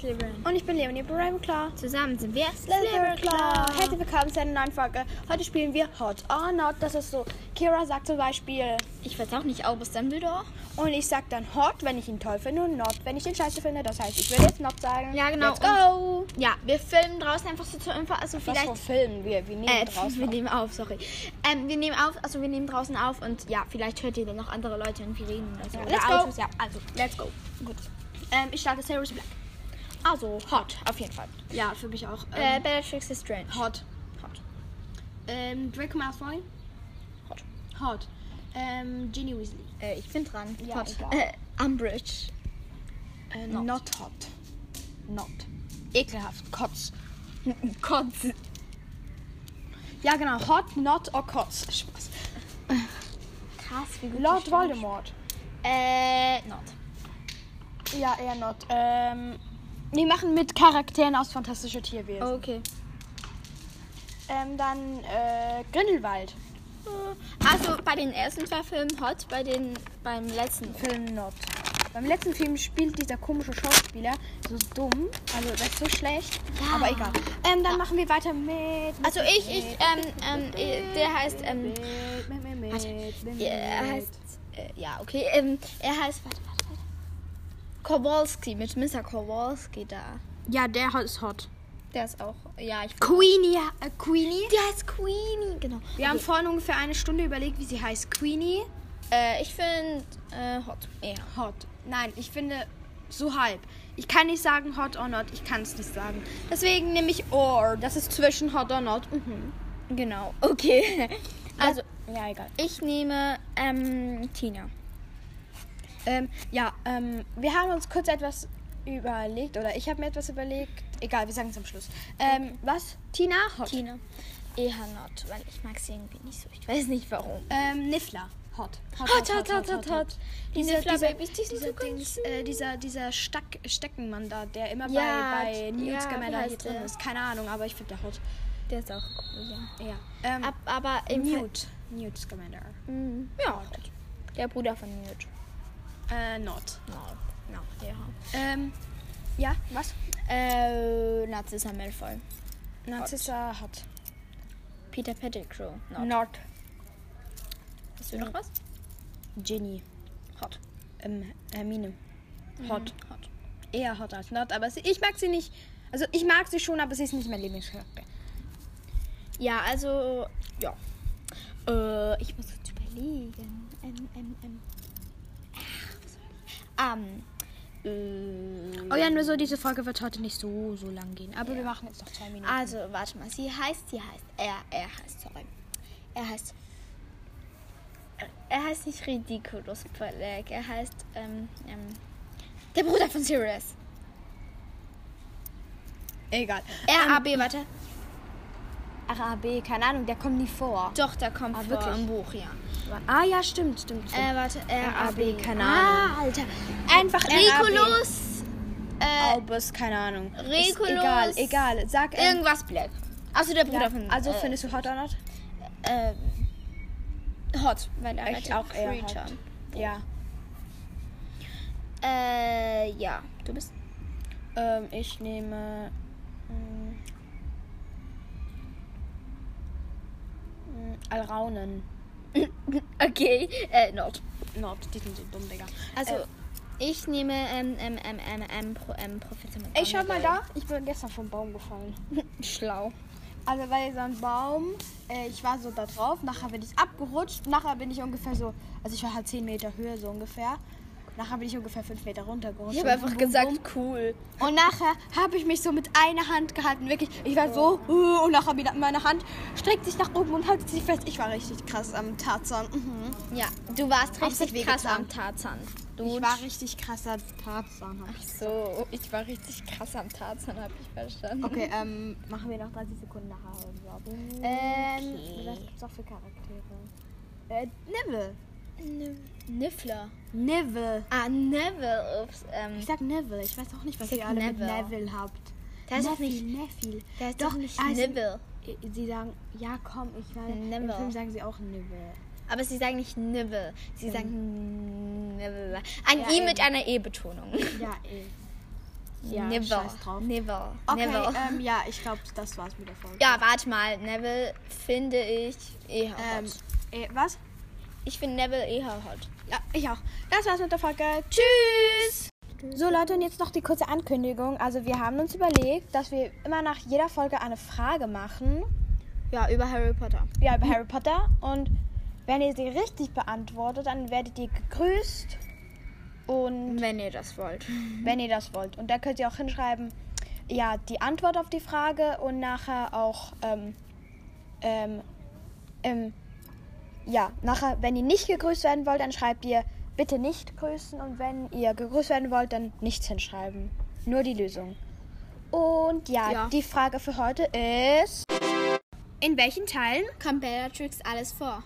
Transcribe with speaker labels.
Speaker 1: Slytherin.
Speaker 2: Und ich bin Leonie Ravenclaw.
Speaker 1: Zusammen sind wir
Speaker 2: Ravenclaw. Herzlich willkommen zu einer neuen Folge. Heute spielen wir Hot or Not. Das ist so. Kira sagt zum Beispiel
Speaker 1: Ich weiß auch nicht, Albus Dumbledore.
Speaker 2: und ich sag dann Hot, wenn ich ihn toll finde und Not, wenn ich ihn scheiße finde. Das heißt, ich würde jetzt Not sagen.
Speaker 1: Ja, genau.
Speaker 2: Let's go.
Speaker 1: Ja, wir filmen draußen einfach so zur Info. Also
Speaker 2: Was
Speaker 1: vielleicht.
Speaker 2: für Film wir? Wir nehmen
Speaker 1: Äh, wir
Speaker 2: draußen. auf.
Speaker 1: nehmen auf, sorry. Ähm, wir nehmen auf, also wir nehmen draußen auf und ja, vielleicht hört ihr dann noch andere Leute und wir reden oder so.
Speaker 2: Ja,
Speaker 1: Oder
Speaker 2: let's go.
Speaker 1: Autos, ja, also, let's go. Gut. Ähm, ich starte Sirius Black. Also, hot, auf jeden Fall.
Speaker 3: Ja, für mich auch.
Speaker 1: Äh,
Speaker 3: Ähm,
Speaker 1: Bellatrix is Strange.
Speaker 3: hot.
Speaker 1: Hot.
Speaker 3: Ähm, Draco Malfoy.
Speaker 1: Hot.
Speaker 3: Hot. Ähm, Ginny Weasley.
Speaker 1: Äh, ich bin dran.
Speaker 2: Ja,
Speaker 1: hot.
Speaker 2: egal.
Speaker 1: Äh, Umbridge.
Speaker 3: Äh,
Speaker 1: Not.
Speaker 3: not. hot. Not. Ekelhaft. Kotz.
Speaker 1: Kotz.
Speaker 3: Ja, genau. Hot, not or Kotz. Spaß.
Speaker 1: Krass, wie gut
Speaker 2: Lord
Speaker 1: die
Speaker 2: Voldemort.
Speaker 1: Stimme- Äh, not.
Speaker 2: Ja, eher Not. Ähm, wir machen mit Charakteren aus Fantastische Tierwesen.
Speaker 1: Okay.
Speaker 2: Ähm, dann äh, Grindelwald.
Speaker 1: Also bei den ersten zwei Filmen hot, bei den beim letzten.
Speaker 2: Film Not. Beim letzten Film spielt dieser komische Schauspieler so dumm, also das ist so schlecht,
Speaker 1: Ja.
Speaker 2: aber egal. Ähm, dann machen wir weiter mit.
Speaker 1: Also ich, ich, ähm, ähm, äh, der heißt, ähm,
Speaker 2: mit, mit, mit,
Speaker 1: warte.
Speaker 2: mit, mit,
Speaker 1: er heißt, äh, ja, okay, ähm, er heißt, warte, warte, warte. Kowalski, mit Mr. Kowalski da.
Speaker 3: Ja, der ist hot.
Speaker 1: Der ist auch, ja, ich.
Speaker 3: Queenie. Äh, Queenie.
Speaker 1: Der heißt Queenie, genau.
Speaker 2: Wir haben vorhin ungefähr eine Stunde überlegt, wie sie heißt. Queenie?
Speaker 1: Äh, ich finde, äh, hot, eher.
Speaker 2: Hot. Nein, ich finde so halb. Ich kann nicht sagen hot or not, ich kann es nicht sagen. Deswegen nehme ich or. Das ist zwischen hot or not. Mhm.
Speaker 1: Genau, okay. Also,
Speaker 2: Ja, egal.
Speaker 1: ich nehme, ähm, Tina.
Speaker 2: Ähm, ja, ähm, wir haben uns kurz etwas überlegt, oder ich habe mir etwas überlegt. Egal, wir sagen es am Schluss. Ähm, Was? Tina? Hot.
Speaker 1: Tina. Eher not, weil ich mag sie irgendwie nicht so. Ich weiß nicht warum.
Speaker 2: Ähm, Niffler. Hot.
Speaker 1: Hot, hot, hot, hot, hot.
Speaker 2: Diese,
Speaker 1: Niffler
Speaker 2: dieser,
Speaker 1: Babys, die sind
Speaker 2: dieser,
Speaker 1: so ganz
Speaker 2: Dings, äh, dieser, dieser Stack, Steckenmann da, der immer
Speaker 1: Ja,
Speaker 2: bei, bei
Speaker 1: ja,
Speaker 2: Newt
Speaker 1: wie
Speaker 2: Scamander hier
Speaker 1: heißt
Speaker 2: drin
Speaker 1: der?
Speaker 2: ist. Keine Ahnung, aber ich finde der hot.
Speaker 1: Der ist auch cool, ja.
Speaker 2: Ja. Ähm,
Speaker 1: Ab, aber im
Speaker 2: Newt. Newt Scamander.
Speaker 1: Mhm. Ja. Der Bruder von Newt.
Speaker 2: Äh, not.
Speaker 1: No. No. Ja.
Speaker 2: Ähm, ja, was?
Speaker 1: Äh, Narcissa Malfoy.
Speaker 2: Narzissa äh, hot.
Speaker 1: Peter Pettigrew. No.
Speaker 2: Not.
Speaker 1: Hast du noch was?
Speaker 2: Ginny.
Speaker 1: Hot.
Speaker 2: Ähm, Hermine. Hot.
Speaker 1: Hot.
Speaker 2: eher hot als not, aber sie, ich mag sie nicht. Also ich mag sie schon, aber sie ist nicht mein Lieblingscharakter.
Speaker 1: Ja, also, ja. Äh, ich muss kurz überlegen. Ähm, ähm, ähm. Ach, was soll ich? Ähm,
Speaker 2: Oh ja, nur so, diese Folge wird heute nicht so, so lang gehen. Aber wir machen jetzt noch zwei
Speaker 1: äh,
Speaker 2: Minuten.
Speaker 1: also, warte mal. Sie heißt, sie heißt. Er, er heißt, sorry. Er heißt. Er heißt nicht Ridiculous Black. Er heißt, ähm, ähm. Der Bruder von Sirius.
Speaker 2: Egal.
Speaker 1: RAB, warte.
Speaker 2: RAB, keine Ahnung, der kommt nie vor.
Speaker 1: Doch, da kommt
Speaker 2: Ah,
Speaker 1: vor
Speaker 2: wirklich?
Speaker 1: im Buch, ja.
Speaker 2: Ah ja, stimmt, stimmt. stimmt.
Speaker 1: Äh, warte, RAB.
Speaker 2: keine
Speaker 1: Ah, Alter.
Speaker 2: Einfach
Speaker 1: Regulus. Äh,
Speaker 2: Albus, keine Ahnung. Ist
Speaker 1: Regulus.
Speaker 2: Egal, egal. Sag ähm,
Speaker 1: irgendwas Black. Also der Bruder
Speaker 2: ja,
Speaker 1: von.
Speaker 2: Also
Speaker 1: äh,
Speaker 2: findest du hot or not?
Speaker 1: äh, Hot, weil er
Speaker 2: Ich auch eher hot.
Speaker 1: Creature.
Speaker 2: Ja.
Speaker 1: Äh, ja. Du bist.
Speaker 2: Ähm, ich nehme. mm, mm, Alraunen.
Speaker 1: Okay, äh, Not.
Speaker 2: Not, die sind so dumm, Digga.
Speaker 1: Also, ich nehme, ähm, ähm, ähm, ähm, ähm, Pro, ähm Professor
Speaker 2: Ey, schau mal
Speaker 1: McGonagall.
Speaker 2: da. Ich bin gestern vom Baum gefallen.
Speaker 1: Schlau.
Speaker 2: Also weil so ein Baum, äh, ich war so da drauf, nachher bin ich abgerutscht, nachher bin ich ungefähr so, also ich war halt 10 Meter Höhe so ungefähr. Nachher bin ich ungefähr 5 Meter runtergerutscht.
Speaker 1: Ich habe einfach gesagt, cool.
Speaker 2: Und nachher habe ich mich so mit einer Hand gehalten, wirklich. Ich war so, uh, und nachher wieder meine Hand streckt sich nach oben und hält sich fest. Ich war richtig krass am Tarzan. Mhm.
Speaker 1: Ja, du warst
Speaker 2: Hab's
Speaker 1: richtig
Speaker 2: nicht
Speaker 1: krass
Speaker 2: wehgetan.
Speaker 1: am Tarzan. Du
Speaker 2: Ich war richtig krasser Tarzan. hab ich.
Speaker 1: So, ich war richtig krass am Tarzan, habe ich verstanden.
Speaker 2: Okay, ähm, machen wir noch 30 Sekunden nachher. Werbung.
Speaker 1: Ähm,
Speaker 2: Was gibt's noch für Charaktere? Äh, Neville.
Speaker 1: Niv- Niffler.
Speaker 2: Neville.
Speaker 1: Ah, Neville. Ups, ähm,
Speaker 2: Ich sag Neville. Ich weiß auch nicht, was
Speaker 1: Ich
Speaker 2: ihr
Speaker 1: sag
Speaker 2: alle
Speaker 1: Neville.
Speaker 2: mit Neville habt.
Speaker 1: Der ist doch
Speaker 2: Neville,
Speaker 1: nicht-
Speaker 2: Neville.
Speaker 1: der ist doch
Speaker 2: Doch,
Speaker 1: nicht
Speaker 2: also-
Speaker 1: Nibble.
Speaker 2: Äh, Sie sagen, ja komm, ich weiß. Im
Speaker 1: Neville.
Speaker 2: Film sagen sie auch Neville.
Speaker 1: Aber sie sagen nicht Nibble. Sie sagen Nibble. Ein
Speaker 2: Ja,
Speaker 1: I
Speaker 2: eben.
Speaker 1: mit einer E-Betonung.
Speaker 2: Ja, eh.
Speaker 1: Ja, Never.
Speaker 2: scheiß drauf.
Speaker 1: Never.
Speaker 2: Okay,
Speaker 1: Never.
Speaker 2: ähm, ja, ich glaube, das war's mit der Folge.
Speaker 1: ja, warte mal. Neville finde ich eher
Speaker 2: Ähm,
Speaker 1: hot.
Speaker 2: äh, was?
Speaker 3: Ähm.
Speaker 1: Ich finde Neville eh eher hot.
Speaker 2: Ja, ich auch. Das war's mit der Folge.
Speaker 1: Tschüss!
Speaker 2: So Leute, und jetzt noch die kurze Ankündigung. Also wir haben uns überlegt, dass wir immer nach jeder Folge eine Frage machen.
Speaker 3: Ja, über Harry Potter.
Speaker 2: Ja, über Harry Potter. Und wenn ihr sie richtig beantwortet, dann werdet ihr gegrüßt. Und
Speaker 3: Wenn ihr das wollt.
Speaker 2: wenn ihr das wollt. Und da könnt ihr auch hinschreiben, ja, die Antwort auf die Frage und nachher auch, ähm, ähm, ähm, ja, nachher, wenn ihr nicht gegrüßt werden wollt, dann schreibt ihr bitte nicht grüßen und wenn ihr gegrüßt werden wollt, dann nichts hinschreiben. Nur die Lösung. Und ja,
Speaker 3: Ja.
Speaker 2: die Frage für heute ist, in welchen Teilen
Speaker 3: Kam Bellatrix alles vor?